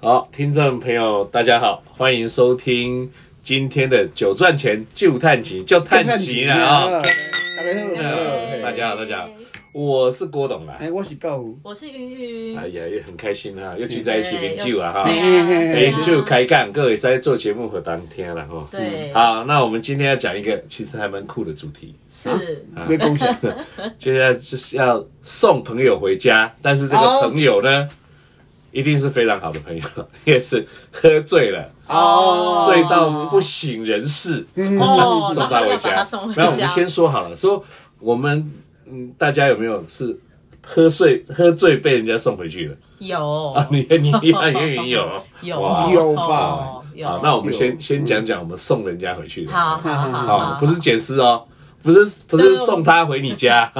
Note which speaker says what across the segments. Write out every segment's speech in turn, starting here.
Speaker 1: 好，听众朋友，大家好，欢迎收听今天的《酒赚钱就探钱就探钱了啊！
Speaker 2: 大家好，
Speaker 1: 大家好，大家好，我是郭董啦。
Speaker 2: 哎，我是高虎，
Speaker 3: 我是云云
Speaker 1: 哎，呀，也很开心哈、又聚在一起饮酒啊哈，
Speaker 2: 对
Speaker 3: 对
Speaker 1: 饮
Speaker 3: 啊
Speaker 1: 酒开啊干，各位在做节目和当天了哈。
Speaker 3: 对，
Speaker 1: 好，那我们今天要讲一个其实还蛮酷的主题，
Speaker 3: 是
Speaker 2: 没贡献，
Speaker 1: 就是要就是要送朋友回家，但是这个朋友呢，一定是非常好的朋友， 也是喝醉了，
Speaker 2: 哦
Speaker 1: 醉到不省人事，
Speaker 3: 哦，
Speaker 1: 送他回
Speaker 3: 然后要把
Speaker 1: 家
Speaker 3: 他送。回
Speaker 1: 然后我们
Speaker 3: 家，
Speaker 1: 先说好了，说我们嗯，大家有没有是喝醉喝醉被人家送回去了
Speaker 3: 有
Speaker 1: 啊？你你你也有哦
Speaker 3: 有
Speaker 1: 哇
Speaker 2: 有吧？
Speaker 3: 有，
Speaker 1: 好，那我们先
Speaker 2: 有
Speaker 1: 先讲讲我们送人家回去的。
Speaker 3: 好好好
Speaker 2: 好
Speaker 1: 好，
Speaker 3: 好，
Speaker 1: 不是捡尸哦，不是不是送他回你家，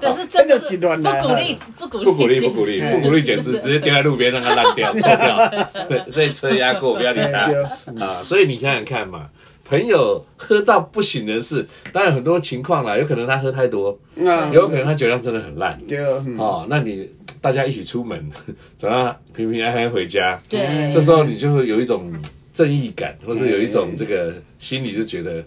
Speaker 3: 但是真
Speaker 2: 这
Speaker 3: 的
Speaker 2: 就极端
Speaker 3: 不
Speaker 2: 了
Speaker 3: 鼓励， 不鼓励，
Speaker 1: 不鼓励不鼓励
Speaker 3: 解释
Speaker 1: 不鼓励捡尸，直接丢在路边让它烂掉臭 掉，对，所以车压过不要理
Speaker 2: 哎对
Speaker 1: 它啊。所以你想想看嘛，朋友喝到不省人事，当然很多情况啦，有可能他喝太多，
Speaker 2: 嗯
Speaker 1: 有可能他酒量真的很烂。
Speaker 2: 对，嗯
Speaker 1: 哦，那你大家一起出门， 早上平平安安回家，
Speaker 3: 对，
Speaker 1: 这时候你就会有一种正义感，或者有一种这个心里就觉得，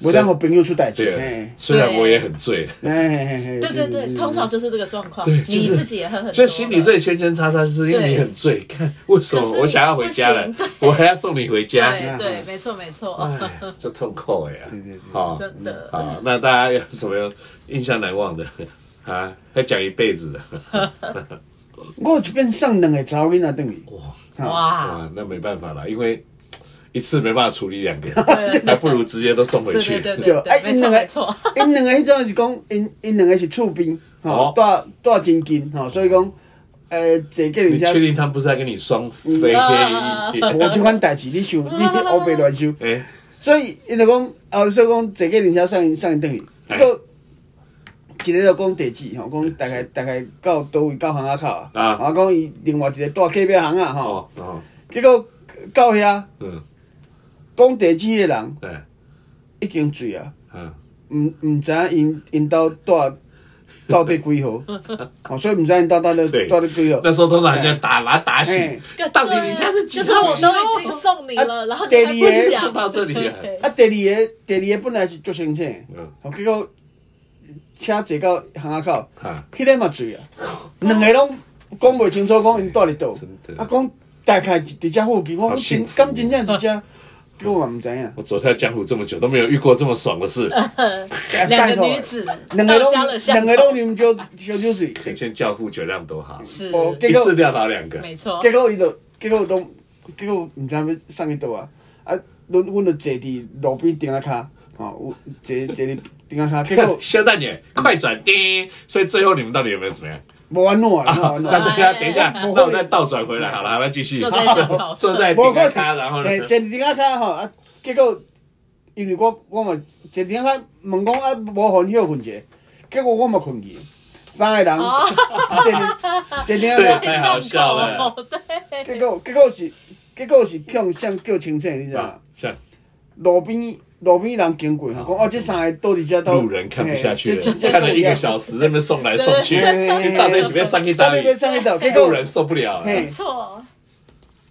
Speaker 2: 不让我朋友出代志，
Speaker 1: 对
Speaker 2: 哎，
Speaker 1: 虽然我也很醉，
Speaker 2: 哎，
Speaker 3: 对对对，通常就是这个状况，
Speaker 1: 嗯对
Speaker 3: 你
Speaker 1: 就是
Speaker 3: 自己也很很多，
Speaker 1: 所以心里最圈圈叉叉，是因为你很醉。 看为什
Speaker 3: 可是
Speaker 1: 么
Speaker 3: 你
Speaker 1: 我想要回家了
Speaker 3: 不行，对
Speaker 1: 我还要送你回家，
Speaker 3: 对对，没错没错，
Speaker 1: 哎，这痛苦哎呀！
Speaker 2: 对对
Speaker 1: 好
Speaker 3: 真的
Speaker 1: 好，啊那大家有什么印象难忘的 啊？要讲一辈子的
Speaker 2: 我有一边送两个查某囡仔等去，
Speaker 1: 哇
Speaker 3: 哇，
Speaker 1: 哎哇，那没办法了，因为一次没办法处理两个，
Speaker 3: 对
Speaker 1: 还不如直接都送回
Speaker 3: 对
Speaker 1: 去
Speaker 3: 对。对
Speaker 2: 对
Speaker 3: 对
Speaker 2: 哎
Speaker 3: 对，没错
Speaker 2: 那个
Speaker 3: 没错，
Speaker 2: 因两个迄种是讲，因因两个是厝边，吼
Speaker 1: 哦，
Speaker 2: 住住真近，吼，所以讲，呃，坐计
Speaker 1: 你
Speaker 2: 程
Speaker 1: 确
Speaker 2: 车，
Speaker 1: 定他不是在跟你双飞？
Speaker 3: 啊
Speaker 2: 无即款代志，你想，你黑白乱想。
Speaker 1: 哎，
Speaker 2: 所以因就讲，后所以讲坐计程车送伊送伊转去，
Speaker 1: 哎
Speaker 2: 个一个就讲地址吼，讲大概大概到倒位到巷仔口啊，
Speaker 1: 啊
Speaker 2: 啊讲伊另外一个大隔壁巷啊吼，
Speaker 1: 哦哦，
Speaker 2: 结果到遐
Speaker 1: 嗯，
Speaker 2: 讲地址的人
Speaker 1: 对，
Speaker 2: 已经醉啊，
Speaker 1: 嗯，
Speaker 2: 毋毋知影因因兜住到底 几号，哦，所以毋知因兜到底
Speaker 1: 对
Speaker 2: 到底几号。
Speaker 1: 那时候通常人家打把他打醒
Speaker 2: 哎，
Speaker 1: 到底你家是几
Speaker 3: 就
Speaker 1: 号
Speaker 3: 是我
Speaker 1: 几号
Speaker 3: 都已经送你了，
Speaker 2: 啊
Speaker 3: 然后你还不
Speaker 2: 对
Speaker 1: 送
Speaker 3: 讲，
Speaker 1: 到这里了。
Speaker 3: 对
Speaker 2: 啊，第二个第二个本来是足清醒的，
Speaker 1: 嗯，
Speaker 2: 哦，结果车坐到巷仔口。
Speaker 1: 哈，
Speaker 2: 迄个嘛醉啊，两个拢讲袂清楚，讲因住伫倒
Speaker 1: 真的，
Speaker 2: 啊讲大概伫遮附近，我
Speaker 1: 好
Speaker 2: 讲
Speaker 1: 幸
Speaker 2: 真
Speaker 1: 福
Speaker 2: 敢真正伫遮，我嘛毋知啊影。
Speaker 1: 我走跳江湖这么久都没有遇过这么爽的事，
Speaker 3: 两个女子
Speaker 2: 两个
Speaker 3: 到
Speaker 2: 拢
Speaker 3: 家了巷
Speaker 2: 两
Speaker 3: 口，
Speaker 2: 个拢啉酒烧酒 水，
Speaker 1: 可见教父酒量多好，
Speaker 3: 是，
Speaker 2: 哦，
Speaker 1: 一
Speaker 2: 结
Speaker 1: 次
Speaker 2: 果
Speaker 1: 撂倒两个。
Speaker 3: 没错，
Speaker 2: 结果伊就结果拢结果毋知要送去倒啊，啊，阮阮就坐伫路边顶仔骹，吼，有坐坐伫顶仔骹，结果
Speaker 1: 肖蛋姐，快转叮！所以最后你们到底有没有怎么样？
Speaker 2: 无安怎 啊，
Speaker 1: 好，
Speaker 2: 无安
Speaker 1: 那
Speaker 2: 怎
Speaker 1: 大
Speaker 2: 啊。
Speaker 1: 家等一下，
Speaker 2: 不会
Speaker 1: 那我再倒转回来好了，那继续
Speaker 3: 嗯哎坐在巷口
Speaker 1: 坐在
Speaker 2: 无
Speaker 1: 顶
Speaker 2: 我
Speaker 1: 个咖，然后呢
Speaker 2: 坐？坐伫顶仔骹吼，啊，结果因为我我嘛坐顶仔问讲啊，无互休困者，结果我嘛困去，三个人
Speaker 3: 哦
Speaker 2: 坐伫 坐顶仔
Speaker 1: 对
Speaker 2: 骹，
Speaker 1: 太好笑了
Speaker 3: 巷口，对，
Speaker 2: 结果结果是结果是向向叫清醒，你知道吗
Speaker 1: 啊？像
Speaker 2: 路边路边人经过，吼，讲哦，这三个倒伫遮倒，
Speaker 1: 路人看不下去
Speaker 2: 嘿
Speaker 1: 了
Speaker 2: 哎这，这
Speaker 1: 看了一个
Speaker 2: 这
Speaker 1: 小时，在那边送来送去，
Speaker 2: 对对对
Speaker 1: 一大堆随便上一
Speaker 2: 到
Speaker 1: 大堆
Speaker 2: 那边，上一道，结
Speaker 1: 路
Speaker 2: 果
Speaker 1: 人受不了了
Speaker 2: 嘿。
Speaker 3: 没错，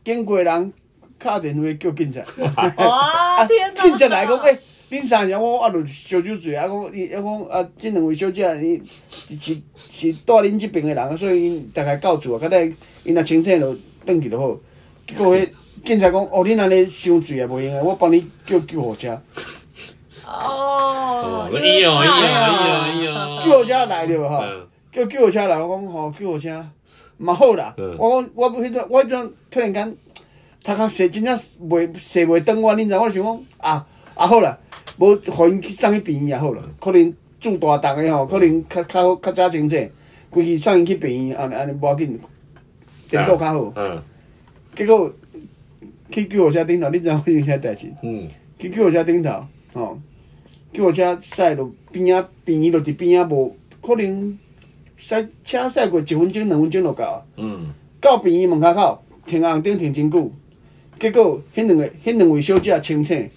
Speaker 2: 经过人敲电话叫警察。
Speaker 3: 哇，
Speaker 2: 啊
Speaker 3: 天哪！
Speaker 2: 警察来讲，诶、恁三人我啊，就烧酒醉啊，讲伊，啊讲啊，即两位小姐，伊是是住恁即边的人啊，所以因大概到厝啊，较来因若清醒就转去就好。结果迄警察讲，哦，恁安尼伤醉啊，袂用啊，我帮你叫救护车。
Speaker 3: 哦
Speaker 1: 哦，
Speaker 3: 因
Speaker 1: 哎
Speaker 3: 为
Speaker 1: 呦哎呦
Speaker 3: 怕
Speaker 1: 哎呦哎
Speaker 2: 救护
Speaker 1: 呦！
Speaker 2: 车来着吼
Speaker 1: 嗯，
Speaker 2: 叫救护车来，我讲吼，救护车嘛好啦。
Speaker 1: 嗯
Speaker 2: 我讲我迄阵我迄阵突然间，头壳坐真正袂坐袂转我，恁知我想讲啊啊好啦，无互因去送去病院也好啦，可能住大重的吼，可能较较较早清醒，规气送因去病院，安尼安尼无要紧，程度较好。
Speaker 1: 嗯
Speaker 2: 结果去救护车顶头，你知我发生啥代志？
Speaker 1: 嗯，
Speaker 2: 去救护车顶头，吼、救护车驶落边啊，边伊落伫边啊，无可能驶车驶过一分钟、两分钟就到啊。
Speaker 1: 嗯，
Speaker 2: 到病院门口口停红灯停真久，结果迄两个、迄两位小姐清醒，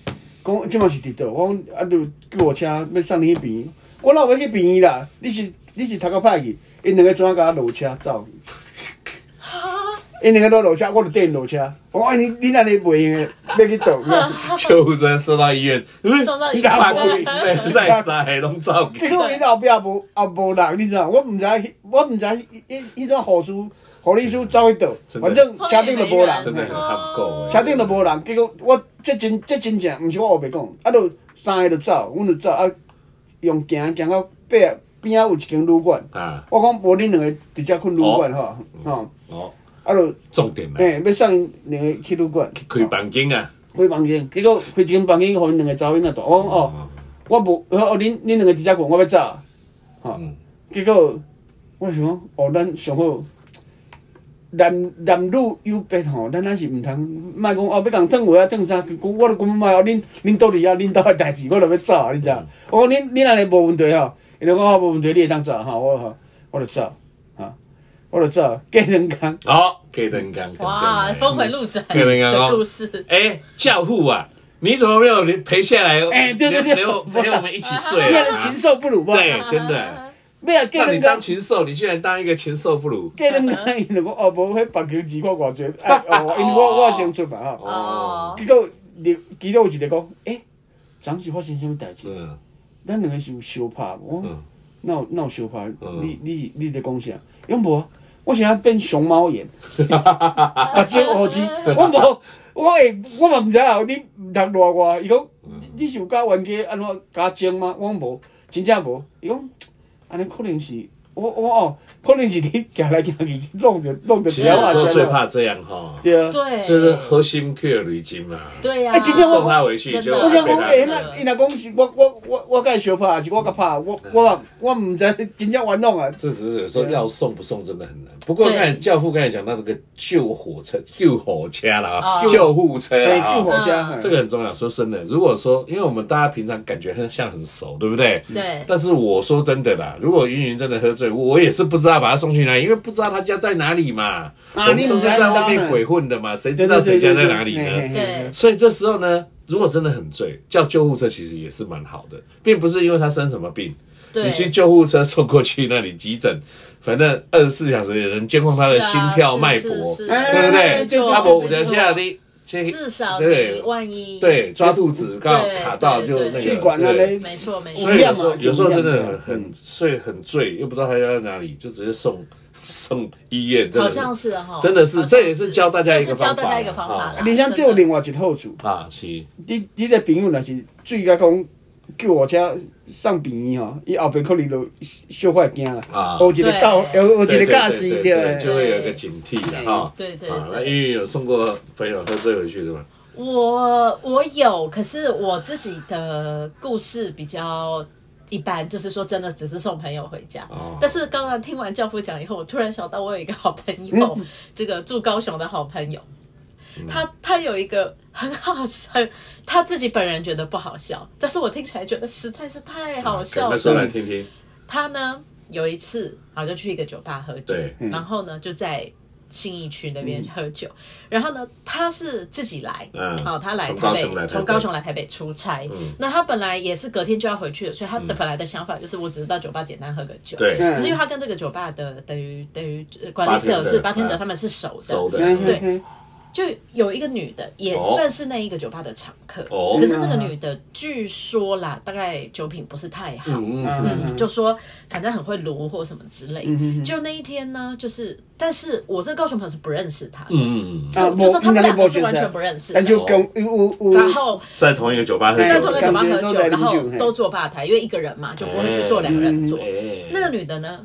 Speaker 2: 讲即嘛是伫倒，我讲啊，就救护车要送你去病院，我哪有要去病院啦？你是你是头壳歹去，因两个怎啊甲我落车走去？因两个都落车，我就缀因落车。我讲哎你你那里袂用的，要去倒。
Speaker 1: 救护车送到医院，
Speaker 3: 送到医院
Speaker 1: 大 鬼，再三个拢走去。
Speaker 2: 结果因后壁无也啊无人，你知道？我毋知迄，我毋知迄迄迄种护士、护理师走去倒，
Speaker 1: 真的
Speaker 2: 反正车顶就无人。
Speaker 1: 真的很啊憨狗
Speaker 2: 车顶就无人，结果我这真这真正，毋是我后白讲，啊，就三个就走，阮就走啊，用行行到爬边仔有一间旅馆，
Speaker 1: 啊，
Speaker 2: 我讲无恁两个直接困旅馆吼，吼、
Speaker 1: 哦，
Speaker 2: 啊就
Speaker 1: 重点来
Speaker 2: 诶、要送因两个去旅馆，
Speaker 1: 开房间啊，
Speaker 2: 开房间，结果开一间房间，互因两个查某囡仔住，我讲哦，我无，哦恁恁两个直接困，我要走，吼、
Speaker 1: 嗯
Speaker 2: 结果我想讲，哦，咱上好男男女有别吼，咱咱是毋通莫讲哦，要共转话啊，转啥？讲我都根本莫哦，恁恁倒伫遐，恁兜诶代志，我着要走啊，你知影？
Speaker 1: 嗯
Speaker 2: 我讲恁恁安尼无问题吼，伊就讲哦无问题，你会当走吼，我吼我着走，啊，我着走，过两工，
Speaker 1: 好，可以登岗。
Speaker 3: 哇，峰回路转的故事，
Speaker 1: 哎，教父啊，你怎么没有陪下来？
Speaker 2: 哎
Speaker 1: 陪我陪我们一起睡
Speaker 2: 你安尼禽
Speaker 1: 啊？
Speaker 2: 兽不如吧？
Speaker 1: 对，真的，
Speaker 2: 咩啊？过
Speaker 1: 让你
Speaker 2: 两
Speaker 1: 当
Speaker 2: 工。
Speaker 1: 禽兽，你居然当一个禽兽不如。
Speaker 2: 过两工，伊就讲哦，无迄白球钱我偌济，啊哦，因为我我先出嘛吼。
Speaker 1: 哦，
Speaker 2: 结果入其中有一个讲，诶、昨昏是发生什么代志？
Speaker 1: 嗯
Speaker 2: 咱两个是有相拍无？我
Speaker 1: 嗯
Speaker 2: 那有那有相拍？
Speaker 1: 嗯
Speaker 2: 你你你在讲啥？因为无啊，我想要变熊猫眼，目睭乌子，我无。我会，我嘛毋知啊，你读偌外，伊讲你你是有教冤家安怎加精吗？我讲无，真正无。伊讲安尼可能是，我我哦，可能是你行来行去弄着弄着
Speaker 1: 其实
Speaker 2: 条
Speaker 1: 有
Speaker 2: 啊
Speaker 1: 时候
Speaker 2: 这
Speaker 1: 最
Speaker 2: 样啊
Speaker 1: 怕这样哈，
Speaker 2: 对啊。
Speaker 3: 对，
Speaker 1: 就是核心 Q 旅金嘛，
Speaker 3: 对呀，
Speaker 2: 哎今天
Speaker 1: 送他回去就
Speaker 2: 我想
Speaker 1: 被
Speaker 2: 讲，
Speaker 1: 他
Speaker 2: 诶，那伊若讲是我我我我甲伊相拍，还是我甲拍，我我我毋知真正玩弄啊。
Speaker 1: 这只是有时候要送不送真的很难。不过刚才教父刚才讲到那个救火车、救火车啦，啊
Speaker 3: 哦
Speaker 1: 救护车
Speaker 2: 诶，
Speaker 1: 啦，
Speaker 2: 救
Speaker 1: 啊
Speaker 2: 火家，
Speaker 1: 这
Speaker 2: 嘿
Speaker 1: 个很重要。说真的，如果说，因为我们大家平常感觉很像很熟，对不对？
Speaker 3: 对
Speaker 1: 但是我说真的啦，如果云云真的喝醉，我也是不知道把他送去哪里，因为不知道他家在哪里嘛。
Speaker 2: 啊
Speaker 1: 我们
Speaker 2: 你
Speaker 1: 都
Speaker 2: 不
Speaker 1: 是
Speaker 2: 知道
Speaker 1: 在外
Speaker 2: 当
Speaker 1: 面
Speaker 2: 然
Speaker 1: 鬼混的嘛，谁知
Speaker 2: 对
Speaker 1: 道
Speaker 2: 对
Speaker 1: 谁
Speaker 2: 对
Speaker 1: 家
Speaker 2: 对
Speaker 1: 在
Speaker 2: 对
Speaker 1: 哪里呢？
Speaker 2: 嘿嘿
Speaker 3: 对
Speaker 1: 所以这时候呢，如果真的很醉，叫救护车其实也是蛮好的，并不是因为他生什么病，
Speaker 3: 对
Speaker 1: 你去救护车送过去那里急诊，反正二十四小时也能监控他的心跳脉搏，对不
Speaker 2: 哎
Speaker 1: 对？
Speaker 2: 没
Speaker 1: 他
Speaker 2: 错
Speaker 1: 不等下你先
Speaker 3: 至少
Speaker 1: 对
Speaker 3: 你万一
Speaker 1: 对抓肚子刚好
Speaker 3: 对
Speaker 1: 卡到
Speaker 3: 对
Speaker 1: 就那个
Speaker 3: 对
Speaker 2: 去管
Speaker 1: 对
Speaker 2: 啊嘞，
Speaker 3: 没错没错
Speaker 1: 所以有时
Speaker 2: 不
Speaker 1: 候
Speaker 2: 一样嘛嗯
Speaker 1: 有时候
Speaker 2: 不一
Speaker 1: 真
Speaker 2: 样
Speaker 1: 的很很睡很醉，又不知道他要在哪里，就直接送送医院，真
Speaker 3: 好
Speaker 1: 的
Speaker 3: 像是哈，
Speaker 1: 真的
Speaker 3: 好
Speaker 1: 是，
Speaker 3: 像
Speaker 1: 这也是教大家一个
Speaker 3: 这是教
Speaker 1: 方
Speaker 3: 大
Speaker 1: 法，
Speaker 3: 家一个方法啦
Speaker 1: 啊
Speaker 2: 你像这有另外一个好处，
Speaker 1: 啊，是
Speaker 2: 你你的朋友若是醉甲讲救火车送病院吼，伊后边可能就小可会惊
Speaker 1: 啊
Speaker 2: 啦，有一个教，
Speaker 3: 对
Speaker 2: 有有一个驾驶
Speaker 1: 对对对对就
Speaker 2: 对。
Speaker 1: 会有一个警惕的哈。
Speaker 3: 对对
Speaker 1: 啊，
Speaker 3: 对
Speaker 1: 那因为有送过朋友喝醉回去的嘛，
Speaker 3: 我我有，可是我自己的故事比较一般，就是说真的只是送朋友回家。
Speaker 1: 哦
Speaker 3: 但是刚刚听完教父讲以后，我突然想到我有一个好朋友，这个住高雄的好朋友，他他有一个很好笑，他自己本人觉得不好笑，但是我听起来觉得实在是太好笑
Speaker 1: 啊赶快
Speaker 3: 了。
Speaker 1: 说来听听。
Speaker 3: 他呢有一次，好就去一个酒吧喝酒
Speaker 1: 对，
Speaker 3: 然后呢就在信义区那边喝酒，然后呢他是自己来，
Speaker 1: 嗯
Speaker 3: 好、他来
Speaker 1: 从
Speaker 3: 台
Speaker 1: 高
Speaker 3: 北
Speaker 1: 雄来台，北嗯
Speaker 3: 从高雄来台北出差，那他本来也是隔天就要回去了，所以他的本来的想法就是我只是到酒吧简单喝个酒，
Speaker 1: 对
Speaker 2: 嗯
Speaker 3: 只是因为他跟这个酒吧的等于等于呃管理者
Speaker 1: Bartender，
Speaker 3: 是巴天德，
Speaker 1: 嗯
Speaker 3: 他们是熟的，
Speaker 1: 熟的，
Speaker 2: 嗯
Speaker 3: 对
Speaker 2: 嗯
Speaker 3: 就有一个女的，也
Speaker 1: 哦
Speaker 3: 算是那一个酒吧的常客，
Speaker 1: 哦
Speaker 3: 可是那个女的据说啦，大概酒品不是太好，
Speaker 1: 嗯嗯
Speaker 2: 嗯嗯嗯
Speaker 3: 就说反正很会撸或什么之类。就那一天呢，就是，但是我这个高雄朋友是不认识他的，
Speaker 1: 嗯嗯，
Speaker 3: 就
Speaker 2: 啊
Speaker 3: 就是他们两
Speaker 2: 没
Speaker 3: 个
Speaker 2: 有
Speaker 3: 是
Speaker 2: 应
Speaker 3: 完
Speaker 2: 该
Speaker 3: 全
Speaker 2: 没
Speaker 3: 不认识的
Speaker 2: 咱。就讲有有有，
Speaker 3: 然后
Speaker 1: 在同一个酒吧喝酒，
Speaker 2: 在
Speaker 3: 在同一个酒吧喝
Speaker 2: 感觉
Speaker 3: 酒，
Speaker 2: 都在
Speaker 3: 然
Speaker 2: 零九
Speaker 3: 后
Speaker 2: 嘿
Speaker 3: 都坐吧台，因为一个人嘛，就不会去坐两个人坐。
Speaker 1: 哎
Speaker 3: 那个女的呢，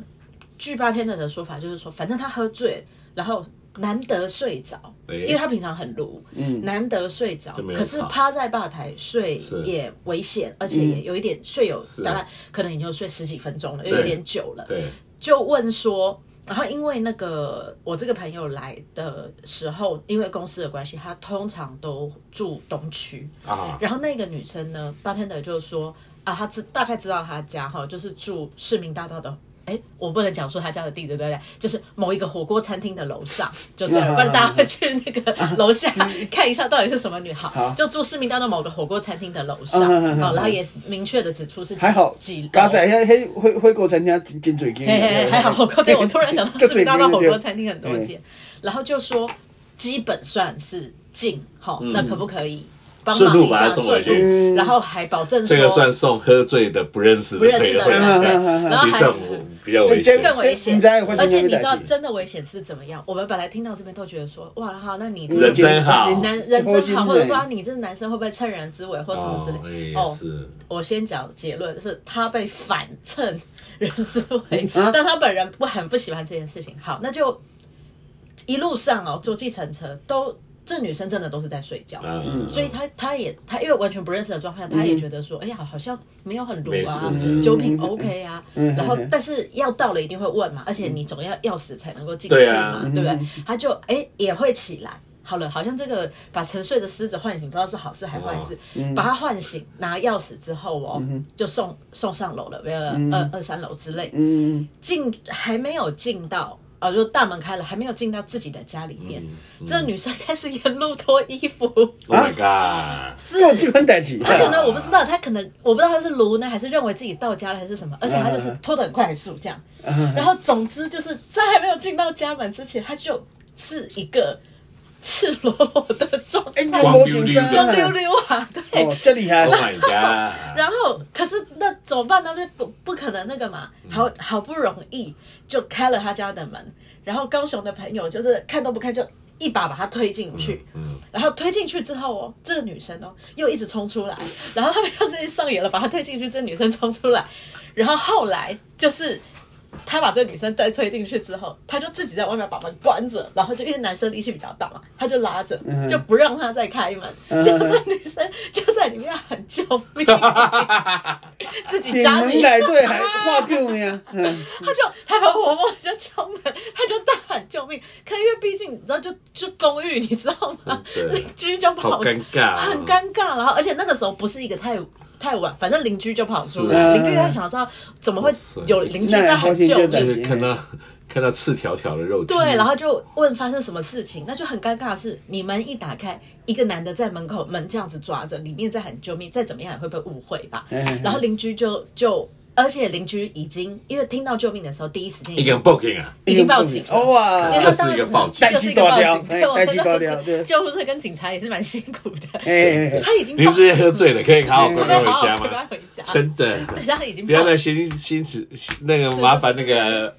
Speaker 3: 据八天的的说法就是说，反正她喝醉，然后难得睡着，
Speaker 1: 哎嗯
Speaker 3: 因为她平常很撸，难得睡着
Speaker 1: 就没，有
Speaker 3: 可是
Speaker 1: 吵
Speaker 3: 趴在吧台睡
Speaker 1: 是嗯
Speaker 3: 也危险，而且也有一点睡有
Speaker 1: 是
Speaker 3: 大概可能已经睡十几分钟了，又
Speaker 1: 对
Speaker 3: 有点久了，
Speaker 1: 对，
Speaker 3: 就问说。然后因为那个我这个朋友来的时候，因为公司的关系，他通常都住东区，
Speaker 1: 啊，
Speaker 3: 然后那个女生呢，bartender 就说啊，她知大概知道她家哈，就是住市民大道的哎，我不能讲出他家的地址，对不对？就是某一个火锅餐厅的楼上，就对了，不然大家会去那个 楼下看一下到底是什么女
Speaker 2: 嗯好
Speaker 3: 孩。就住市民当中某个火锅餐厅的楼
Speaker 2: 嗯
Speaker 3: 上，
Speaker 2: 嗯嗯嗯
Speaker 3: 好，然后也明确的指出是几
Speaker 2: 还好
Speaker 3: 几，
Speaker 2: 加
Speaker 3: 楼。
Speaker 2: 在迄迄火火锅餐厅真真侪
Speaker 1: 哎
Speaker 2: 间，
Speaker 3: 嘿嘿，哎还好火锅店，我突然想到市民大道火锅餐厅很
Speaker 1: 嗯
Speaker 3: 多
Speaker 2: 间，
Speaker 3: 间，然后就说基本算是进，好，那可不可以帮
Speaker 1: 嗯顺
Speaker 3: 忙
Speaker 1: 路
Speaker 3: 一
Speaker 1: 把他
Speaker 3: 下
Speaker 1: 送回
Speaker 3: 顺
Speaker 1: 去嗯
Speaker 3: 路，然后还保证说
Speaker 1: 这个算送喝醉的不认识的
Speaker 3: 不认
Speaker 1: 朋友
Speaker 3: 识
Speaker 1: 回
Speaker 3: 的人，
Speaker 1: 家，
Speaker 3: 对然后
Speaker 1: 其实
Speaker 3: 还
Speaker 1: 这种比较危
Speaker 2: 这这
Speaker 1: 险。
Speaker 3: 更危险
Speaker 2: 你知道会，
Speaker 3: 而且你知
Speaker 2: 什么
Speaker 3: 道
Speaker 2: 代志
Speaker 3: 真的危险是怎么样？我们本来听到这边都觉得说，哇，好，那你这
Speaker 1: 人
Speaker 3: 个
Speaker 1: 真好哎
Speaker 3: 男人真好，或者说啊
Speaker 2: 嗯
Speaker 3: 你这男生会不会趁人之危或什么之
Speaker 1: 哦，
Speaker 3: 类的？
Speaker 1: 也
Speaker 3: 哦，
Speaker 1: 是，
Speaker 3: 我先讲结论，是他被反衬人之危，
Speaker 2: 啊
Speaker 3: 但他本人不很不喜欢这件事情。好，那就一路上哦，坐计程车都这女生真的都是在睡觉。
Speaker 1: 嗯，
Speaker 3: 哦所以他他也他因为完全不认识的状况下，他也觉得说，哎呀，好像没有很毒
Speaker 1: 没
Speaker 3: 啊
Speaker 1: 事，
Speaker 3: 酒品 OK 啊，
Speaker 2: 嗯
Speaker 3: 然后但是要到了一定会问嘛，而且你总要钥匙才能够进去
Speaker 1: 嗯对
Speaker 3: 嘛
Speaker 1: 啊，
Speaker 3: 对不对？他就哎也会起来。好了，好像这个把沉睡的狮子唤醒，不知道是好事还坏
Speaker 1: 哦
Speaker 3: 事。
Speaker 1: 嗯
Speaker 3: 把他唤醒，拿钥匙之后哦，就送送上楼了，没有
Speaker 1: 嗯
Speaker 3: 二二三楼之类。
Speaker 2: 嗯，
Speaker 3: 进还没有进到哦，就大门开了，还没有进到自己的家里
Speaker 1: 嗯
Speaker 3: 面，这女生开始沿路脱衣服。
Speaker 1: Oh my god！
Speaker 2: 是有这款代志，
Speaker 3: 他可能我不知道，他可能我不知道他是卢呢，还是认为自己到家了，还是什么，而且他就是拖得很快速这样。
Speaker 2: 嗯
Speaker 3: 然后总之就是在还没有进到家门之前，他就是一个赤裸裸的状态，
Speaker 2: 哎，无情商
Speaker 3: 光溜溜啊，对。
Speaker 2: 哦，真厉害
Speaker 1: Oh，my
Speaker 3: 啊
Speaker 1: god！
Speaker 3: 然后可是那怎么办呢？那不不可能那个嘛，
Speaker 2: 嗯
Speaker 3: 好好不容易就开了他家的门，然后高雄的朋友就是看都不看就。一把把他推进去，
Speaker 1: 嗯，
Speaker 3: 然后推进去之后哦，这个女生哦又一直冲出来，然后他们又是上演了，把她推进去，这女生冲出来，然后后来就是他把这女生再推进去之后，他就自己在外面把门关着，然后就因为男生力气比较大嘛，他就拉着，就不让她再开门，结果这女生就在里面喊救命，自己
Speaker 2: 顶
Speaker 3: 家
Speaker 2: 门
Speaker 3: 里。
Speaker 2: 内底还画救命，嗯
Speaker 3: 他就他把我忘就敲门，他就大喊救命。可因为毕竟你知道就，就公寓，你知道吗？
Speaker 1: 嗯对
Speaker 3: 邻居就跑，
Speaker 1: 好尴尬哦
Speaker 3: 很尴尬。然后而且那个时候不是一个太。太晚，反正邻居就跑出
Speaker 2: 是
Speaker 3: 来，邻居他想知道怎么会
Speaker 1: 塞
Speaker 3: 有邻居在喊救
Speaker 2: 那也好险，
Speaker 3: 命
Speaker 1: 就是看到看到赤条条的肉体，
Speaker 3: 对，然后就问发生什么事情，那就很尴尬的是，你门一打开，一个男的在门口门这样子抓着，里面在喊救命，再怎么样也会被误会吧
Speaker 2: 嗯嗯嗯。
Speaker 3: 然后邻居就就，而且邻居已经因为听到救命的时候，第一时间已
Speaker 1: 一
Speaker 3: 经
Speaker 1: 个 booking 啊，
Speaker 3: 已经报警了。因为
Speaker 2: 哇
Speaker 3: 他，
Speaker 1: 又是一个报警
Speaker 3: 当
Speaker 2: 代
Speaker 3: 然
Speaker 2: 际大调
Speaker 3: 又是一个报
Speaker 2: 哎
Speaker 3: 警
Speaker 2: 代际大调对
Speaker 3: 救护车跟警察也是蛮辛苦的。
Speaker 2: 哎哎，
Speaker 3: 他已经
Speaker 1: 你们这些喝醉了，可以好好乖
Speaker 3: 他
Speaker 1: 乖
Speaker 3: 们
Speaker 1: 回
Speaker 3: 好好
Speaker 1: 家
Speaker 3: 乖乖
Speaker 1: 吗？
Speaker 3: 回家，
Speaker 1: 真的，
Speaker 3: 对，他已经
Speaker 1: 不要
Speaker 3: 报
Speaker 1: 再心心思那个麻烦那个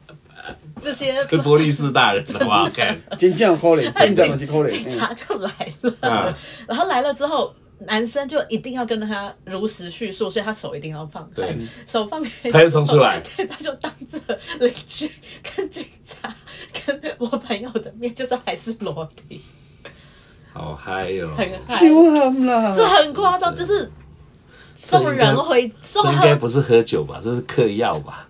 Speaker 3: 这些
Speaker 1: 跟波利斯大人好不好？看，
Speaker 2: 真正可怜，真正是可
Speaker 3: 警
Speaker 2: 怜，
Speaker 3: 警察就来
Speaker 1: 嗯
Speaker 3: 了，然后来了之后。男生就一定要跟他如实叙述，所以他手一定要放开
Speaker 1: 对，
Speaker 3: 手放开，
Speaker 1: 他就冲出来
Speaker 3: 对，他就当着邻居、跟警察、跟我朋友的面，就是还是裸体，
Speaker 1: 好嗨哟！
Speaker 3: 很嗨，
Speaker 2: 羞喊啦，
Speaker 3: 这很夸张，就是送人回送
Speaker 1: 这应该
Speaker 3: 他
Speaker 1: 不是喝酒吧？这是嗑药吧？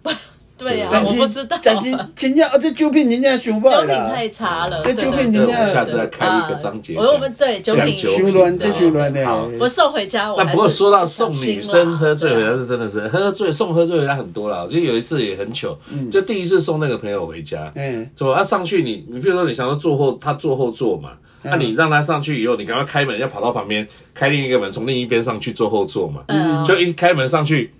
Speaker 3: 对呀、啊，
Speaker 2: 但
Speaker 3: 我
Speaker 2: 是
Speaker 3: 不知道，
Speaker 2: 但是真正啊，这酒品人家想
Speaker 3: 酒
Speaker 2: 歹
Speaker 3: 品
Speaker 2: 啦，
Speaker 3: 太差了，
Speaker 2: 这
Speaker 3: 对
Speaker 2: 酒品
Speaker 1: 对，
Speaker 2: 人
Speaker 1: 我们下
Speaker 2: 家
Speaker 1: 次要开一个章节
Speaker 3: 啊我们
Speaker 1: 讲。
Speaker 3: 对酒
Speaker 1: 讲
Speaker 3: 品，
Speaker 1: 酒
Speaker 2: 修乱，这修乱
Speaker 1: 好
Speaker 2: 的。哎
Speaker 3: 我送回家，我
Speaker 1: 但
Speaker 3: 还
Speaker 1: 不过
Speaker 3: 是
Speaker 1: 说到送女生喝醉回
Speaker 3: 对
Speaker 1: 家
Speaker 3: 啊
Speaker 1: 是真的是喝醉送喝醉回家很多啦，我记得有一次也很糗，
Speaker 3: 嗯
Speaker 1: 就第一次送那个朋友回家，
Speaker 2: 嗯，
Speaker 1: 怎么他上去你你比如说你想要坐后，他坐后座嘛，
Speaker 3: 嗯
Speaker 1: 那、你让他上去以后，你赶快开门，要跑到旁边开另一个门，从另一边上去坐后座嘛，
Speaker 3: 嗯
Speaker 1: 就一开门上去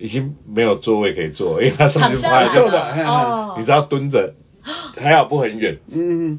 Speaker 1: 已经没有座位可以坐，因为他上
Speaker 3: 躺
Speaker 1: 去
Speaker 3: 下哦
Speaker 1: 趴
Speaker 3: 来
Speaker 1: 在地
Speaker 2: 够
Speaker 1: 上
Speaker 2: 了嘿嘿
Speaker 1: 哎你
Speaker 3: 哦，
Speaker 1: 只要蹲着，还好不很远，嗯。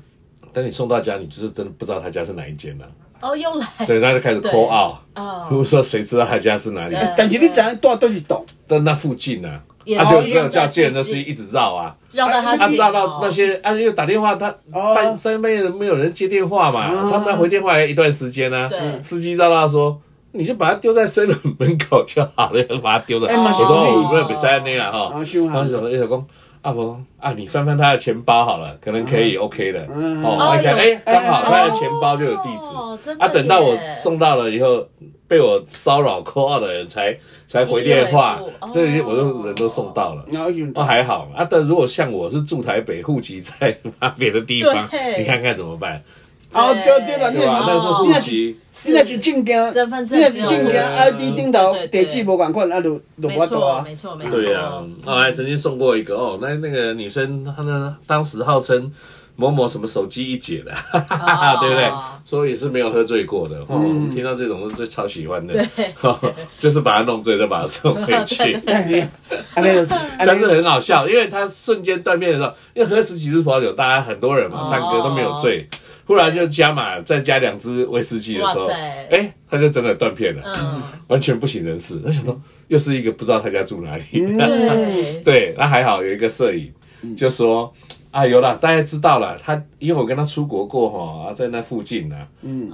Speaker 1: 但你送到家，你就是真的不知道他家是哪一间了、
Speaker 3: 哦又来
Speaker 1: 对，啊他就开始
Speaker 3: 对
Speaker 1: call out，比
Speaker 3: 哦，
Speaker 1: 如说谁知道他家是哪里，
Speaker 3: 对
Speaker 2: 但是你知影住都是懂，
Speaker 1: 在那附近啊，
Speaker 3: 也
Speaker 1: 他
Speaker 3: 是
Speaker 1: 就
Speaker 3: 一
Speaker 1: 只
Speaker 3: 样
Speaker 1: 有
Speaker 3: 在
Speaker 1: 叫
Speaker 3: 附
Speaker 1: 见那司
Speaker 3: 近
Speaker 1: 机一直绕啊，
Speaker 3: 绕到他
Speaker 1: 他
Speaker 3: 心
Speaker 1: 绕到那
Speaker 3: 哦
Speaker 1: 些，啊，又打电话，他
Speaker 2: 哦嗯
Speaker 1: 半三半夜没有人接电话嘛，他他回电话也一段时间呢
Speaker 3: 对。
Speaker 1: 司机绕到他说，你就把它丢在 s e 门口就好了， 把它丢着。
Speaker 2: 哎
Speaker 1: 我
Speaker 2: 蛮
Speaker 1: 说
Speaker 2: 好的
Speaker 1: 哦，不不是那样哈，
Speaker 2: 啊
Speaker 1: 然
Speaker 2: 是吗
Speaker 1: 后想说，哎，老公。啊不啊，你翻翻他的钱包好了，可能可
Speaker 2: 嗯
Speaker 1: 以 OK 的。哦，一看，
Speaker 3: 哦
Speaker 1: 哎
Speaker 3: 有，
Speaker 1: 刚好他的
Speaker 3: 哦
Speaker 1: 钱包就有地址
Speaker 3: 真。的
Speaker 1: 啊，等到我
Speaker 3: 耶
Speaker 1: 送到了以后，被我骚扰 call out 的人才才回电话
Speaker 3: 一一回复哦，
Speaker 1: 对，我都人都送到了。
Speaker 2: 然后用
Speaker 1: 哦，还好啊。但如果像我是住台北，户籍在别的地方，
Speaker 3: 对
Speaker 1: 你看看怎么办？
Speaker 2: 啊，对对啦，你
Speaker 1: 对吧？那是
Speaker 2: 若
Speaker 1: 户籍，
Speaker 2: 是你若是证件，
Speaker 3: 身份证
Speaker 2: 你若是证
Speaker 1: 只有
Speaker 2: 件
Speaker 1: 一个
Speaker 2: ID 顶头
Speaker 3: 对对
Speaker 2: 地址无共款，啊，就就无
Speaker 3: 没
Speaker 2: 法度
Speaker 3: 错，
Speaker 2: 啊。
Speaker 3: 没错，没错。
Speaker 1: 对呀、
Speaker 3: 哦
Speaker 1: 我还曾经送过一个哦，那那个女生她呢，当时号称某某什么手机一姐的， 哈哈哈
Speaker 3: 哦
Speaker 1: 对不对？所以是没有喝醉过的。哦，听到这种是最超喜欢的，
Speaker 3: 对。
Speaker 1: 哦，就是把她弄醉再把她送回去
Speaker 2: 哎呀， 安尼就，
Speaker 1: 但
Speaker 3: 哎
Speaker 2: 安尼
Speaker 1: 是很好笑，因为她瞬间断片的时候，因为喝十几支葡萄酒，大家很多人嘛，
Speaker 3: 哦
Speaker 1: 唱歌都没有醉，忽然就加码，再加两支威士忌的时候，
Speaker 3: 哇塞
Speaker 1: 哎，她就真的断片了，
Speaker 3: 嗯，
Speaker 1: 完全不省人事。她想说，又是一个不知道她家住哪里。
Speaker 3: 嗯对，
Speaker 1: 对，那还好有一个摄影，
Speaker 3: 嗯
Speaker 1: 就说啊，有了，大家知道了。他因为我跟他出国过哈、啊在那附近呢、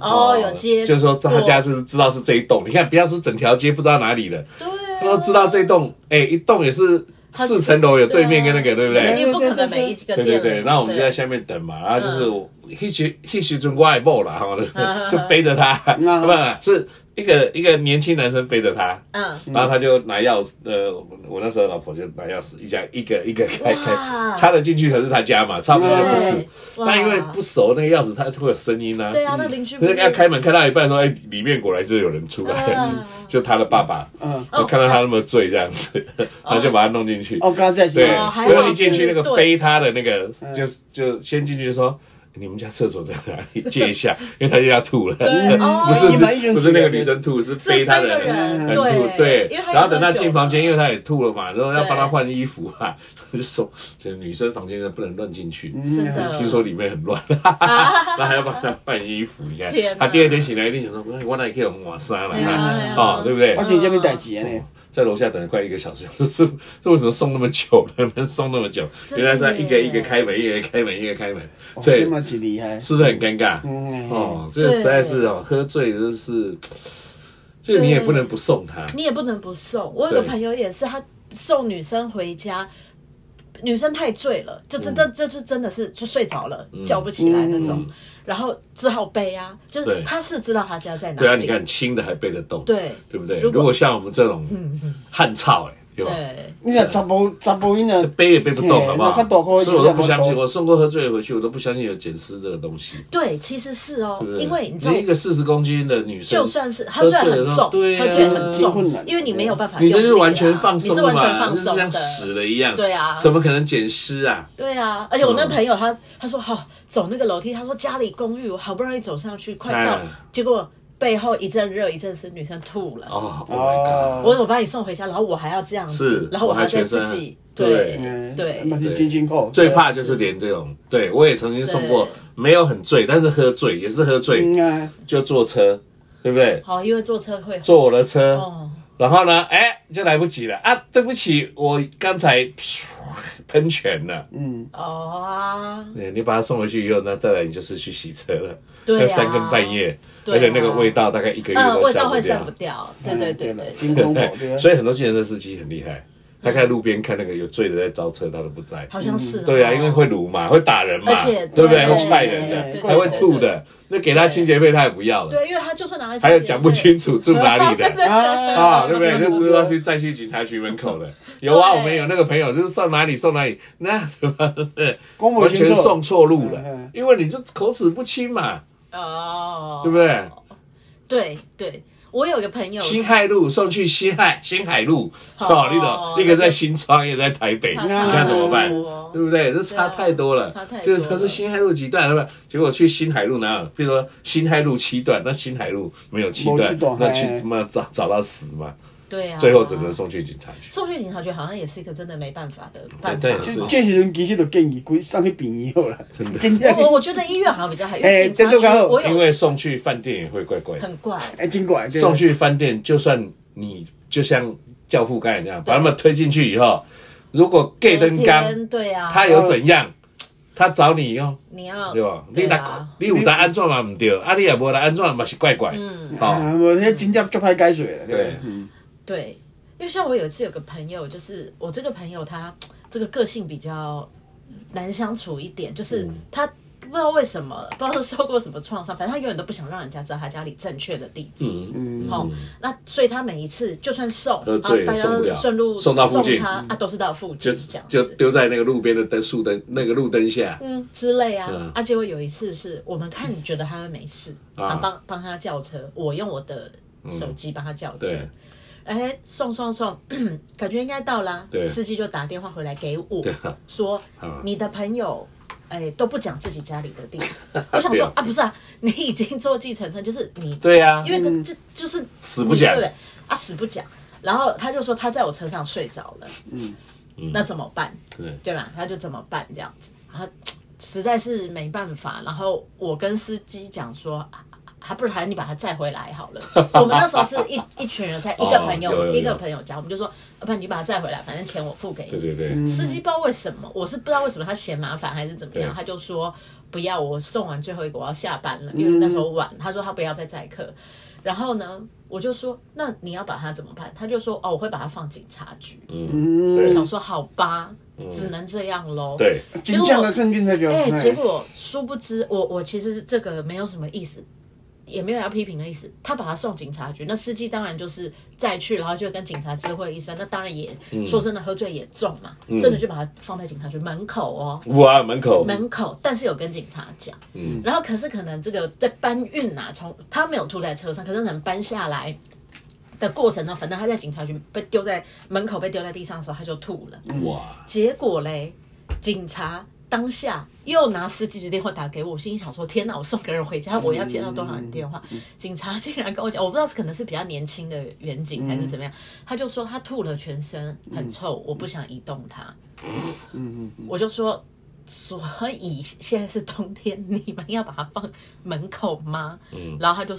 Speaker 1: 啊。
Speaker 3: 哦，有接，
Speaker 1: 就是说他家就是知道是这一栋。你看，不要说整条街不知道哪里了，
Speaker 3: 对啊
Speaker 1: 他都知道这一栋，哎、一栋也是
Speaker 3: 很啊
Speaker 1: 四层楼有对面跟那个，对不对？
Speaker 3: 因为不可能每一个
Speaker 1: 对对
Speaker 3: 店啊里，
Speaker 1: 对，嗯那我们就在下面等嘛，然后就是我一起一起准外某啦，哈， 就背着他， 不是一个一个年轻男生背着他，
Speaker 3: 嗯，
Speaker 1: 然后他就拿钥匙，呃，我我那时候老婆就拿钥匙一家一个一个开开
Speaker 3: 哇，
Speaker 1: 插得进去才是他家嘛，插不进去就不是
Speaker 3: 对。
Speaker 1: 那因为不熟那个钥匙，它会有声音啊。
Speaker 3: 对啊，那邻居
Speaker 1: 那个要开门开到一半说，哎，里面果然就有人出来，
Speaker 3: 嗯
Speaker 1: 就他的爸爸，
Speaker 2: 嗯，
Speaker 1: 就看到他那么醉这样子，然后就把他弄进去。
Speaker 2: 我刚刚在
Speaker 1: 对，
Speaker 3: 哦还好
Speaker 1: 然后一进去那个
Speaker 3: 是对
Speaker 1: 背他的那个，就是就先进去说。哎你们家厕所在哪里？借一下， 因为他就要吐了，
Speaker 3: 哦
Speaker 1: 不是
Speaker 2: 你们已经
Speaker 1: 不是那个
Speaker 2: 举了
Speaker 1: 女生吐，是
Speaker 3: 自卑
Speaker 1: 背他的
Speaker 3: 的
Speaker 1: 人吐。
Speaker 3: 人，
Speaker 1: 对
Speaker 3: 对，因为，他
Speaker 1: 然后
Speaker 3: 已经
Speaker 1: 等他
Speaker 3: 喝酒
Speaker 1: 进
Speaker 3: 了
Speaker 1: 房间，因为他也吐了嘛，然后要
Speaker 3: 对
Speaker 1: 帮他换衣服啊， 就说这女生房间不能乱进去，
Speaker 3: 真的，
Speaker 1: 听说里面很乱，哈哈哈 那还要帮他换衣服，你看
Speaker 3: 啊天哪
Speaker 1: 他第二天醒来一定想说，哎我哪里可以换衫了
Speaker 3: 哎呀哎呀
Speaker 1: 啊，对不对
Speaker 2: 哦发？生什么代志啊安尼？
Speaker 1: 在楼下等了快一个小时，我说这这为什么送那么久呢？ 能送那么久？
Speaker 3: 真
Speaker 1: 原
Speaker 3: 的
Speaker 1: 来是要一个
Speaker 3: 耶
Speaker 1: 一个开门，一个一个开门，一个开门，
Speaker 2: 哦，
Speaker 1: 对
Speaker 2: 这，么是厉害。
Speaker 1: 是不是很尴尬？
Speaker 2: 嗯，
Speaker 1: 哦，这个实在是哦，喝醉真的是，就是你也不能不送他，
Speaker 3: 你也不能不送。我有个
Speaker 1: 对
Speaker 3: 朋友也是，他送女生回家，女生太醉了，就
Speaker 1: 嗯
Speaker 3: 真的、这就是真的是就睡着了，叫不起来那种，然后只好背啊。就是
Speaker 1: 对
Speaker 3: 他是知道他家在哪里，
Speaker 1: 对啊，你看轻的还背得动，
Speaker 3: 对
Speaker 1: 对不对？
Speaker 3: 如
Speaker 1: 如
Speaker 3: 果嗯
Speaker 1: 果像我们这种汉操，哎，对吧？
Speaker 3: 对
Speaker 2: 你若查甫查甫因若
Speaker 1: 背也背不动，
Speaker 2: 嘿
Speaker 1: 好不好？
Speaker 2: 那他多喝一点
Speaker 1: 所以我都不相
Speaker 2: 那
Speaker 1: 信，
Speaker 2: 么多
Speaker 1: 我送过喝醉的回去，我都不相信有捡尸这个东西，
Speaker 3: 对，其实是哦，
Speaker 1: 对不对？
Speaker 3: 因为你知道
Speaker 1: 一。个四十公斤的女生，
Speaker 3: 就算是他虽然很重，
Speaker 1: 喝醉了
Speaker 3: 他
Speaker 1: 对啊
Speaker 3: 虽然很
Speaker 2: 很困
Speaker 3: 重，
Speaker 2: 难
Speaker 3: 因为你没有办法
Speaker 1: 你
Speaker 3: 用力啊，
Speaker 1: 这是完全放
Speaker 3: 你
Speaker 1: 松
Speaker 3: 是
Speaker 1: 了
Speaker 3: 完
Speaker 1: 嘛，
Speaker 3: 全放
Speaker 1: 就是
Speaker 3: 松
Speaker 1: 像
Speaker 3: 的，
Speaker 1: 死了一样，
Speaker 3: 对啊
Speaker 1: 怎么可能捡尸啊？
Speaker 3: 对啊，而且我那朋友
Speaker 1: 嗯
Speaker 3: 他、他说好、哦走那个楼梯，他说家里公寓，我好不容易走上去，快到，
Speaker 1: 哎
Speaker 3: 结果背后一阵热一阵湿，女生吐了。
Speaker 1: 哦，Oh my
Speaker 2: 哦
Speaker 1: god！
Speaker 3: 我我把你送回家，然后我还要这样子
Speaker 1: 是，
Speaker 3: 然后我还要再
Speaker 1: 我还全身
Speaker 3: 自己
Speaker 1: 对
Speaker 2: 嗯
Speaker 3: 对
Speaker 2: 嘛是真辛苦。
Speaker 1: 最怕就是连这种，对我也曾经送过
Speaker 3: 对，
Speaker 1: 没有很醉，但是喝醉也是喝醉，
Speaker 2: 嗯啊，
Speaker 1: 就坐车，对不对？
Speaker 3: 好，因为坐车会
Speaker 1: 坐我的车，
Speaker 3: 哦，
Speaker 1: 然后呢，哎，就来不及了啊！对不起，我刚才喷泉了。
Speaker 3: 哦啊，
Speaker 1: 对你把它送回去以后呢，再来你就是去洗车了，
Speaker 3: 对啊
Speaker 1: 要三更半夜，
Speaker 3: 对啊
Speaker 1: 而且那个味道大概一个月
Speaker 3: 嗯，
Speaker 1: 都
Speaker 3: 味
Speaker 1: 消
Speaker 3: 道
Speaker 1: 不
Speaker 3: 会散
Speaker 1: 掉
Speaker 3: 不。掉，对对对
Speaker 2: 嗯了
Speaker 3: 对对，
Speaker 2: 真痛苦对
Speaker 1: 对，
Speaker 2: 啊。
Speaker 1: 所以很多计程车司机很厉害，他看路边看那个有醉的在招车，他都不在。
Speaker 3: 好像是哦
Speaker 1: 对啊，因为会辱嘛，会打人嘛
Speaker 3: 而且，
Speaker 1: 对不对？
Speaker 3: 对
Speaker 1: 会踹人的，
Speaker 3: 对
Speaker 1: 还会吐的，那给他清洁费他也不要了，
Speaker 3: 对，因为他就算拿来
Speaker 1: 还有讲不清楚住哪 里
Speaker 3: 对对
Speaker 1: 的。
Speaker 2: 啊，
Speaker 1: 啊，对不对？就是要去再去警察局门口的，有啊，我们有那个朋友，就是上哪里送哪里，那对吧？
Speaker 2: 讲
Speaker 1: 完
Speaker 2: 不清
Speaker 1: 全
Speaker 2: 楚。
Speaker 1: 送错路了
Speaker 2: 嗯嗯，
Speaker 1: 因为你就口齿不清嘛，
Speaker 3: 哦，
Speaker 1: 对不对？
Speaker 3: 对对，我有个朋友
Speaker 1: 新海路送去新海新海路，
Speaker 3: 哦
Speaker 1: 哦，你懂，一个在新庄，一个在台北，你
Speaker 3: 差
Speaker 1: 看怎么办
Speaker 3: 太多了？
Speaker 1: 对不对？这差太多了，
Speaker 3: 差太多了
Speaker 1: 就是他说新海路几段，对吧？结果去新海路哪有？比如说新海路七段，那新海路没有七
Speaker 2: 没
Speaker 1: 段
Speaker 2: 七段，哎
Speaker 1: 那去
Speaker 2: 嘿
Speaker 1: 他妈找找到死嘛，
Speaker 3: 对啊，
Speaker 1: 最后只能送去警察局。
Speaker 3: 送去警察局，好像也是一个真的没办法的办法
Speaker 1: 对。对是
Speaker 2: 这时阵其实就建议规送去病院好啦，真的。真
Speaker 3: 我我
Speaker 2: 正
Speaker 3: 我觉得医院好像比较好，因
Speaker 2: 哎
Speaker 3: 为警察
Speaker 2: 这都
Speaker 3: 局
Speaker 2: 刚好
Speaker 3: 我
Speaker 1: 因
Speaker 3: 有
Speaker 1: 为送去饭店也会怪怪的，
Speaker 3: 很怪，
Speaker 2: 哎，真怪。对
Speaker 1: 送去饭店就算你就像教父刚才那样，把他们推进去以后，如果 gay 灯刚
Speaker 3: 天对啊，
Speaker 1: 他有怎样，他找你用。
Speaker 3: 你要
Speaker 1: 对吧？你
Speaker 3: 对
Speaker 1: 那、
Speaker 3: 啊，
Speaker 1: 你有答安怎嘛唔对，啊你也无答安怎嘛是怪怪，嗯，哦，
Speaker 2: 啊，无迄真正足歹解水了。
Speaker 1: 对，
Speaker 3: 对，因为像我有一次有个朋友，就是我
Speaker 1: 嗯
Speaker 3: 这个朋友他这个个性比较难相处一点，就是他。不知道为什么，不知道是受过什么创伤，反正他永远都不想让人家知道他家里正确的地址。
Speaker 1: 嗯，
Speaker 3: 哦，那所以他每一次就算送，
Speaker 1: 喝
Speaker 3: 然后
Speaker 1: 醉
Speaker 3: 大
Speaker 1: 也送不
Speaker 3: 家
Speaker 1: 了
Speaker 3: 顺路
Speaker 1: 送到附近
Speaker 3: 他啊，都是到附
Speaker 1: 就
Speaker 3: 近这样
Speaker 1: 就
Speaker 3: 子，
Speaker 1: 丢在那个路边的灯树灯那个路灯下，
Speaker 3: 嗯之类啊。
Speaker 1: 嗯
Speaker 3: 啊，结果有一次是我们看觉得他会没事，
Speaker 1: 啊
Speaker 3: 啊，帮帮他叫车，我用我的手机帮他叫车，
Speaker 1: 对，
Speaker 3: 哎，送送送， 感觉应该到啦。
Speaker 1: 对
Speaker 3: 司机就打电话回来给我
Speaker 1: 对啊
Speaker 3: 说
Speaker 1: 嗯，
Speaker 3: 你的朋友。哎，都不讲自己家里的 地址。我想
Speaker 1: 对
Speaker 3: 说
Speaker 1: 啊
Speaker 3: 啊，不是啊，你已经坐计程车，就是你
Speaker 1: 对啊呀、
Speaker 3: 因为他就就是
Speaker 1: 死不讲
Speaker 3: 对啊，死不讲。然后他就说他在我车上睡着了，嗯，那怎么办？
Speaker 1: 对
Speaker 3: 对吧？他就怎么办这样子？然后实在是没办法，然后我跟司机讲说。啊还不如还你把他载回来 好了。我们那时候是一一群人，才一个朋友、
Speaker 1: 哦有有有
Speaker 3: 一个朋友家，我们就说，呃要不然你把他载回来，反正钱我付给你。
Speaker 1: 对对对，
Speaker 3: 司机不知道为什么，我是不知道为什么他嫌麻烦还是怎么样，
Speaker 1: 对
Speaker 3: 他就说不要，我送完最后一个我要下班了，
Speaker 1: 嗯
Speaker 3: 因为那时候晚，他说他不要再载客。然后呢，我就说那你要把他怎么办？他就说哦，我会把他放警察局。
Speaker 1: 嗯，对
Speaker 3: 我想说好吧，只能这样喽。。
Speaker 1: 对，
Speaker 2: 真正的坑警察局，
Speaker 3: 哎、
Speaker 2: 嘿
Speaker 3: 结果殊不知，我我其实是这个没有什么意思，也没有要批评的意思。他把他送警察局，那司机当然就是再去，然后就跟警察知会一声。那当然也、说真的，喝醉也重嘛，真的就把他放在警察局门口哦。
Speaker 1: 哇，门口，
Speaker 3: 门口，但是有跟警察讲，嗯，然后可是可能这个在搬运啊，从他没有吐在车上，可是可能搬下来的过程中，反正他在警察局被丢在门口被丢在地上的时候，他就吐了，
Speaker 1: 哇，
Speaker 3: 结果嘞，警察当下又拿司机的电话打给我，我心里想说：天哪，我送个人回家，我要接到多少人电话？警察竟然跟我讲，我不知道是可能是比较年轻的远景还是怎么样，他就说他吐了全身，很臭，我不想移动他。我就说。所以现在是冬天，你们要把它放门口吗？嗯，然后他就，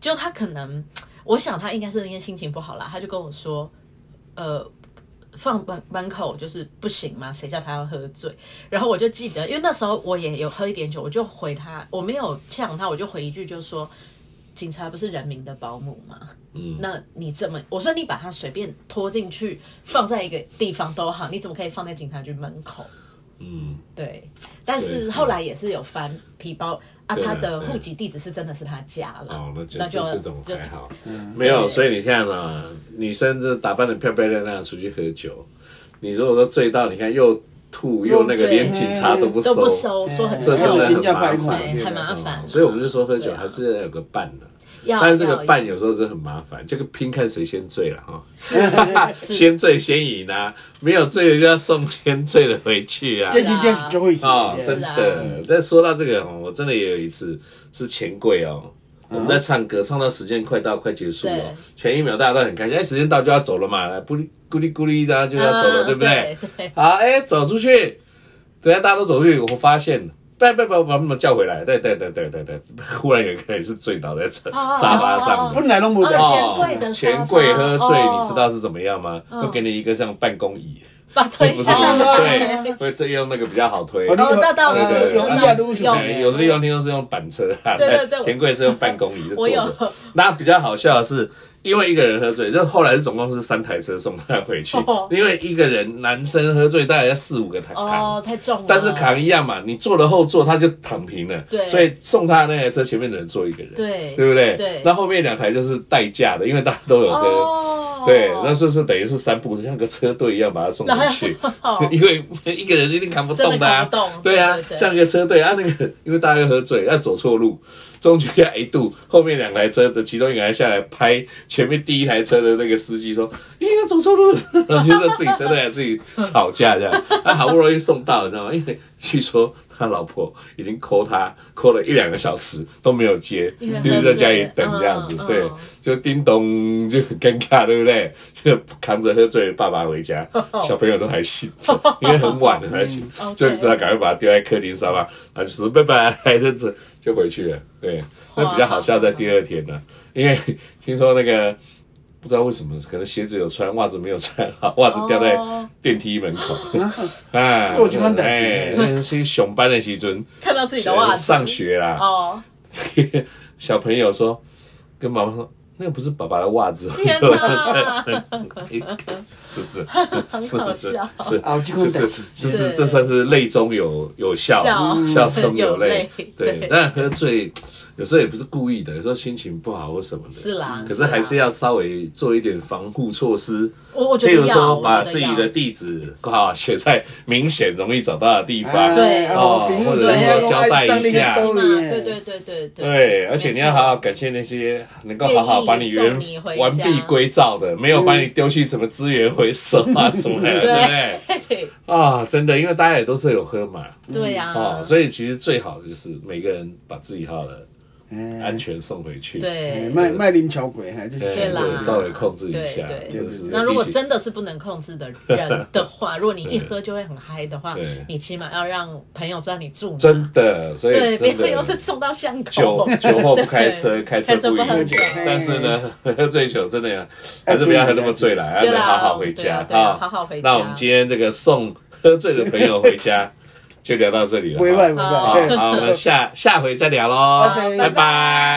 Speaker 3: 就他可能，我想他应该是因为心情不好啦，他就跟我说，呃，放门门口就是不行嘛，谁叫他要喝醉？然后我就记得，因为那时候我也有喝一点酒，我就回他，我没有呛他，我就回一句就说，警察不是人民的保姆吗？嗯，那你怎么？我说你把他随便拖进去，放在一个地方都好，你怎么可以放在警察局门口？
Speaker 1: 嗯，
Speaker 3: 对，但是
Speaker 1: 对
Speaker 3: 后来也是有翻皮包啊，
Speaker 1: 对
Speaker 3: 他
Speaker 1: 啊
Speaker 3: 的
Speaker 1: 对
Speaker 3: 户籍地址是真的是他家了，
Speaker 1: 哦，那就
Speaker 3: 啊
Speaker 1: 这
Speaker 3: 那就
Speaker 1: 这种
Speaker 3: 就嗯
Speaker 1: 还好，没有，所以你看嘛，女生这打扮的漂漂亮亮出去喝酒，你如果说醉到，你看又吐又那个，
Speaker 3: 对
Speaker 1: 连警察都不
Speaker 3: 嗯都
Speaker 1: 收，
Speaker 3: 不收，说很哎
Speaker 1: 这真
Speaker 3: 臭
Speaker 1: 的，
Speaker 2: 哎真
Speaker 1: 很
Speaker 2: 正
Speaker 1: 麻
Speaker 2: 拜款
Speaker 1: 烦，
Speaker 3: 对，很麻烦。
Speaker 1: 所以我们就说喝酒
Speaker 3: 对啊
Speaker 1: 还是要有个伴的。
Speaker 3: 要
Speaker 1: 但是这个
Speaker 3: 要
Speaker 1: 伴有时候是很麻烦，这个拼看谁先醉了哈，
Speaker 3: 要 是
Speaker 1: 先醉先赢啊，没有醉的就要送先醉的回去啊。
Speaker 2: 这是这是最后一题
Speaker 1: 哦，
Speaker 2: 对
Speaker 1: 真
Speaker 3: 啊
Speaker 1: 的。但说到这个哦，我真的也有一次是钱柜哦，我们在唱歌，唱到时间快到快结束
Speaker 3: 对
Speaker 1: 了，前一秒大家都很开心，哎，时间到就要走了嘛，咕哩咕哩咕哩，大家就要走了，
Speaker 3: 嗯
Speaker 1: 对不对？
Speaker 3: 对对
Speaker 1: 好，哎，走出去，等下大家都走出去，我发现。不不不，把他们叫回来。对对对对对对，忽然有一个人是醉倒在车
Speaker 3: 哦
Speaker 1: 沙发上的。
Speaker 2: 本来拢无
Speaker 3: 哦
Speaker 2: 在，
Speaker 3: 钱柜的沙发
Speaker 1: 钱柜喝醉，
Speaker 3: 哦
Speaker 1: 你知道是怎么样吗？会给你一个像办公椅，
Speaker 3: 把推
Speaker 1: 不是
Speaker 3: 下来。
Speaker 1: 对，会对用那个比较好推。
Speaker 3: 哦，大道
Speaker 2: 对
Speaker 3: 是
Speaker 1: 对对有
Speaker 3: 有
Speaker 2: 一下撸
Speaker 3: 有
Speaker 2: 出来
Speaker 1: 对，有的地方听说是用板车啊，
Speaker 3: 对 对对我
Speaker 1: 钱柜是用办公椅，就坐
Speaker 3: 我 有
Speaker 1: 着。那比较好笑的是，因为一个人喝醉，就后来是总共是三台车送他回去
Speaker 3: 哦，
Speaker 1: 因为一个人男生喝醉大概要四五个台
Speaker 3: 哦
Speaker 1: 扛，，
Speaker 3: 太重了。
Speaker 1: 但是扛一样嘛，你坐了后座他就躺平了，
Speaker 3: 对
Speaker 1: 所以送他的那台车前面只能坐一个人，
Speaker 3: 对
Speaker 1: 对不对？
Speaker 3: 对
Speaker 1: 那后面两台就是代驾的，因为大家都有喝。
Speaker 3: 哦，
Speaker 1: 对，那就是等于是三步，像个车队一样把他送
Speaker 3: 然后
Speaker 1: 回
Speaker 3: 要
Speaker 1: 去。
Speaker 3: 哦
Speaker 1: 因为一个人一定扛不动的、啊，
Speaker 3: 真的扛不动
Speaker 1: 对啊
Speaker 3: 对对，对
Speaker 1: 像一个车队啊，那个 因为大家又喝醉，要走错路，中间要一度，后面两台车的其中一个还下来拍前面第一台车的那个司机说：“你要走错路。” 然后就是自己车队还自己吵架这样，他好不容易送到，你知道吗？因为据说他老婆已经 call 他 call 了一两个小时都没有接，
Speaker 3: 一直
Speaker 1: 一直在家里等
Speaker 3: 喝醉
Speaker 1: 这样子
Speaker 3: 嗯，
Speaker 1: 对
Speaker 3: 嗯，
Speaker 1: 就叮咚就很尴尬，对不对？就扛着喝醉的爸爸回 家，小朋友都还醒着，因为很晚了还醒，
Speaker 3: 嗯
Speaker 1: 就
Speaker 3: OK
Speaker 1: 知道赶快把它丢在客厅沙发，然后就说拜拜，这样子就回去了。对，那比较好笑在第二天呢、因为 听说那个。不知道为什么，可能鞋子有穿，袜子没有穿好，袜子掉在
Speaker 3: 哦
Speaker 1: 电梯门口。 啊，
Speaker 2: 做这款代志
Speaker 1: 哎，那是上班的时阵，
Speaker 3: 看到自己的袜子
Speaker 1: 上学啦，
Speaker 3: 哦，
Speaker 1: 小朋友说，跟妈妈说，那个不是爸爸的袜子，
Speaker 3: 天哪！
Speaker 1: 是不是？
Speaker 3: 很好笑
Speaker 1: 是
Speaker 2: 啊有这
Speaker 1: 就
Speaker 2: 款代
Speaker 1: 是
Speaker 2: 志
Speaker 1: 就是
Speaker 3: 对
Speaker 1: 这算是泪中有有笑，
Speaker 3: 笑
Speaker 1: 笑中有泪
Speaker 3: 有泪。
Speaker 1: 对，
Speaker 3: 对
Speaker 1: 当然喝醉有时候也不是故意的，有时候心情不好或什么的，
Speaker 3: 是啦
Speaker 1: 嗯可
Speaker 3: 是
Speaker 1: 是
Speaker 3: 啦
Speaker 1: 还是要稍微做一点防护措施。
Speaker 3: 我我觉
Speaker 1: 譬如
Speaker 3: 得要，
Speaker 1: 说，
Speaker 3: 我
Speaker 1: 把
Speaker 3: 觉
Speaker 1: 自
Speaker 3: 得
Speaker 1: 己
Speaker 3: 要。
Speaker 1: 的地址 啊写在明显容易找到的地
Speaker 2: 哎
Speaker 1: 方，
Speaker 3: 对
Speaker 1: 哦
Speaker 2: 哦，
Speaker 1: 或者
Speaker 2: 怎样
Speaker 1: 说交代一下
Speaker 3: 是
Speaker 1: 道
Speaker 3: 吗？对对
Speaker 2: 对，
Speaker 3: 对对对。
Speaker 1: 对，而且你要好好感谢那些能够好好把你原
Speaker 3: 愿意送你回家
Speaker 1: 完璧归赵的，没有把你丢去什么资源回收
Speaker 3: 嗯
Speaker 1: 啊什么的，对不对？
Speaker 3: 对
Speaker 1: 啊，真的，因为大家也都是有喝嘛，
Speaker 3: 对呀、
Speaker 1: 啊，所以其实最好的就是每个人把自己好的安
Speaker 2: 哎，
Speaker 1: 全送回去，
Speaker 3: 啊对。
Speaker 2: 卖卖啉超过，嘿，哎就是
Speaker 3: 对啦
Speaker 1: 稍微控制一下
Speaker 3: 对，
Speaker 2: 对
Speaker 1: 就是
Speaker 3: 那如果
Speaker 1: 提醒
Speaker 3: 真的是不能控制的人 的话，如果你一喝就会很嗨的话
Speaker 1: 对，
Speaker 3: 你起码要让朋友知道你住哪。
Speaker 1: 真的，所以
Speaker 3: 对，
Speaker 1: 真
Speaker 3: 不
Speaker 1: 的
Speaker 3: 要又是送到巷口
Speaker 1: 酒。酒后不开
Speaker 3: 哦对
Speaker 1: 车，开车不
Speaker 3: 开车不
Speaker 1: 饮
Speaker 3: 喝
Speaker 1: 酒
Speaker 3: 酒。
Speaker 1: 但是呢，喝醉酒真的呀，还是不要喝那么醉哎了，还
Speaker 3: 对
Speaker 1: 是
Speaker 3: 啦
Speaker 1: 好好回家
Speaker 3: 对啊对啊好好回家
Speaker 1: 那我们今天这个送喝醉的朋友回家，就聊到这里了。
Speaker 2: 袂歹袂
Speaker 1: 好，
Speaker 3: 哦
Speaker 2: 歹，
Speaker 1: 好，我们下下回再聊喽
Speaker 3: 好，
Speaker 1: 拜
Speaker 2: 拜
Speaker 1: 拜。